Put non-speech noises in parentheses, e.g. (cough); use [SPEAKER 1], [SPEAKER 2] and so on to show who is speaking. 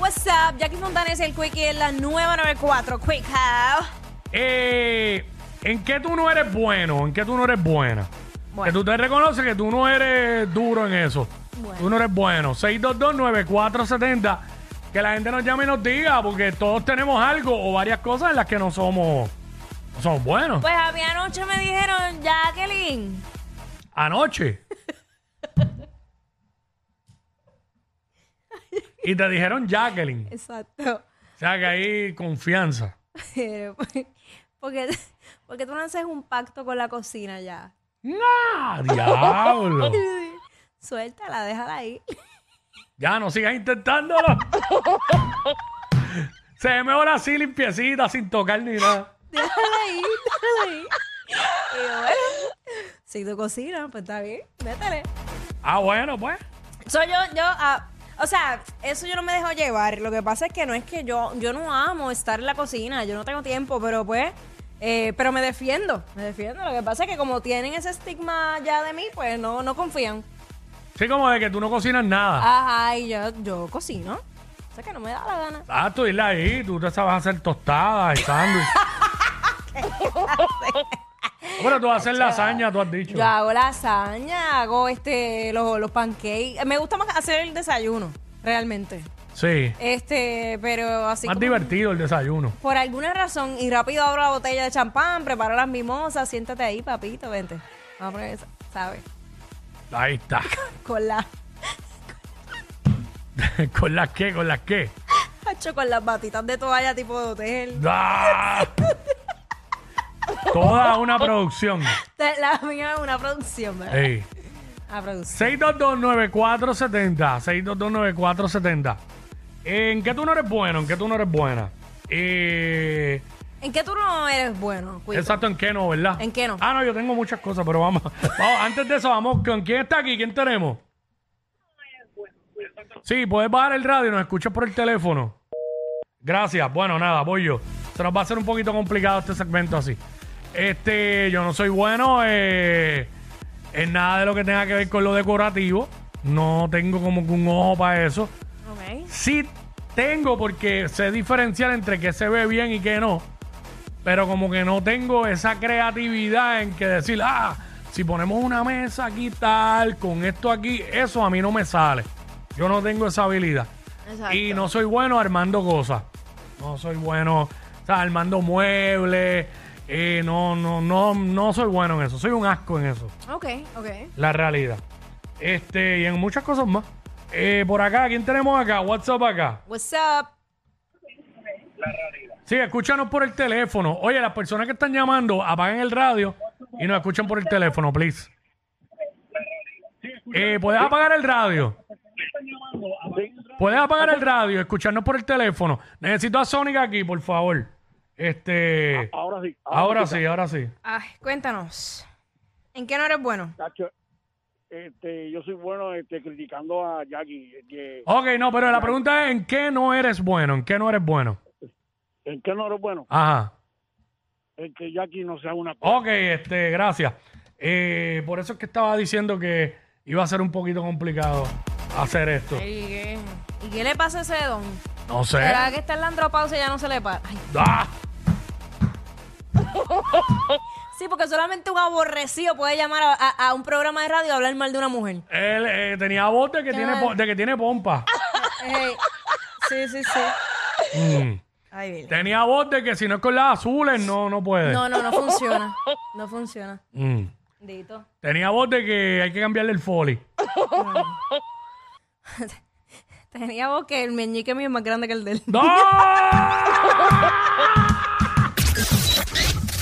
[SPEAKER 1] What's up, Jackie Fontanes, el Quickie en la nueva 94. Quick how.
[SPEAKER 2] Eh, ¿En qué tú no eres bueno? ¿En qué tú no eres buena? Que tú te reconoces que tú no eres duro en eso. Tú no eres bueno. 6229470. Que la gente nos llame y nos diga, porque todos tenemos algo o varias cosas en las que no somos, no somos buenos.
[SPEAKER 1] Pues a mí anoche me dijeron, Jacqueline,
[SPEAKER 2] Anoche. y te dijeron Jacqueline.
[SPEAKER 1] Exacto. (laughs)
[SPEAKER 2] O sea que hay confianza.
[SPEAKER 1] pues, porque, porque tú no haces un pacto con la cocina ya.
[SPEAKER 2] ¡Ah, diablo!
[SPEAKER 1] Suéltala, déjala ahí. (laughs)
[SPEAKER 2] Ya, no sigas intentándolo. Se ve mejor así, limpiecita, sin tocar ni nada.
[SPEAKER 1] Déjala ahí, déjala ahí. Y yo, bueno, si tú cocinas, pues está bien, métele.
[SPEAKER 2] Ah, bueno, pues.
[SPEAKER 1] So, yo, yo, ah, o sea, eso yo no me dejo llevar. Lo que pasa es que no es que yo, yo no amo estar en la cocina, yo no tengo tiempo, pero pues, eh, pero me defiendo, me defiendo. Lo que pasa es que como tienen ese estigma ya de mí, pues no, no confían.
[SPEAKER 2] Sí, como de que tú no cocinas nada.
[SPEAKER 1] Ajá, y yo, yo cocino. O sea que no me da la gana.
[SPEAKER 2] Ah, tú irla ahí, tú te sabes hacer tostadas y sándwich. bueno, tú haces lasaña, tú has dicho.
[SPEAKER 1] Yo hago lasaña, hago este, los, los pancakes. Me gusta más hacer el desayuno, realmente.
[SPEAKER 2] Sí.
[SPEAKER 1] Este, pero así
[SPEAKER 2] Más
[SPEAKER 1] como-
[SPEAKER 2] divertido el desayuno.
[SPEAKER 1] Por alguna razón, y rápido abro la botella de champán, preparo las mimosas, siéntate ahí, papito, vente. Vamos a poner esa, ¿sabes?
[SPEAKER 2] Ahí está. (laughs)
[SPEAKER 1] Con la,
[SPEAKER 2] ¿Con las qué? ¿Con las qué?
[SPEAKER 1] hacho, con las batitas de toalla tipo de hotel.
[SPEAKER 2] ¡Ah! Toda una producción.
[SPEAKER 1] Te- La mía es una producción, ¿verdad?
[SPEAKER 2] Ey.
[SPEAKER 1] Una producción.
[SPEAKER 2] 6229470. 6229470. ¿En qué tú no eres bueno? ¿En qué tú no eres buena? Eh,
[SPEAKER 1] ¿En qué tú no eres bueno, Cuico?
[SPEAKER 2] exacto, ¿en qué no, verdad?
[SPEAKER 1] ¿En qué no?
[SPEAKER 2] Ah, no, yo tengo muchas cosas, pero vamos. vamos, antes de eso, vamos. ¿Con quién está aquí? ¿Quién tenemos? Sí, puedes bajar el radio, nos escuchas por el teléfono. Gracias. Bueno, nada, voy yo. Se nos va a hacer un poquito complicado este segmento así. Este, yo no soy bueno eh, en nada de lo que tenga que ver con lo decorativo. No tengo como que un ojo para eso.
[SPEAKER 1] Ok.
[SPEAKER 2] Sí tengo porque sé diferenciar entre qué se ve bien y qué no. Pero como que no tengo esa creatividad en que decir, ah, si ponemos una mesa aquí tal, con esto aquí, eso a mí no me sale. Yo no tengo esa habilidad.
[SPEAKER 1] Exacto.
[SPEAKER 2] Y no soy bueno armando cosas. No soy bueno, o sea, armando muebles. Eh, no, no, no, no soy bueno en eso. Soy un asco en eso.
[SPEAKER 1] Ok, ok.
[SPEAKER 2] La realidad. Este, y en muchas cosas más. Eh, por acá, ¿quién tenemos acá? WhatsApp acá.
[SPEAKER 1] What's up?
[SPEAKER 2] Sí, escúchanos por el teléfono. Oye, las personas que están llamando, apaguen el radio y nos escuchan por el teléfono, please. Eh, ¿Puedes apagar el radio? ¿Puedes apagar el radio? Escucharnos por el teléfono. Necesito a Sónica aquí, por favor. Este.
[SPEAKER 3] Ahora sí.
[SPEAKER 2] Ahora sí, ahora sí.
[SPEAKER 1] Ay, cuéntanos. ¿En qué no eres bueno?
[SPEAKER 3] Cacho, este, yo soy bueno este, criticando a Jackie. Que,
[SPEAKER 2] Ok, no, pero la pregunta es: ¿en qué no eres bueno? ¿En qué no eres bueno?
[SPEAKER 3] ¿En qué no eres bueno?
[SPEAKER 2] Ajá.
[SPEAKER 3] En que Jackie no sea una...
[SPEAKER 2] Ok, este, gracias. Eh, por eso es que estaba diciendo que iba a ser un poquito complicado hacer esto.
[SPEAKER 1] Ay, ¿qué? ¿Y qué le pasa a ese don?
[SPEAKER 2] No sé.
[SPEAKER 1] ¿Será que está en la andropausia y ya no se le para? Ay,
[SPEAKER 2] Ah,
[SPEAKER 1] Sí, porque solamente un aborrecido puede llamar a, a- a un programa de radio y hablar mal de una mujer.
[SPEAKER 2] él eh, tenía voz de que, tiene, po- de que tiene pompa.
[SPEAKER 1] Ey, Sí, sí, sí.
[SPEAKER 2] Mm.
[SPEAKER 1] Ay, Billy.
[SPEAKER 2] Tenía voz de que si no es con las azules, no, no puede.
[SPEAKER 1] No, no, no funciona. No funciona.
[SPEAKER 2] Mm.
[SPEAKER 1] Dito.
[SPEAKER 2] Tenía voz de que hay que cambiarle el foli.
[SPEAKER 1] Tenía voz que el meñique mío es más grande que el del.
[SPEAKER 2] ¡No!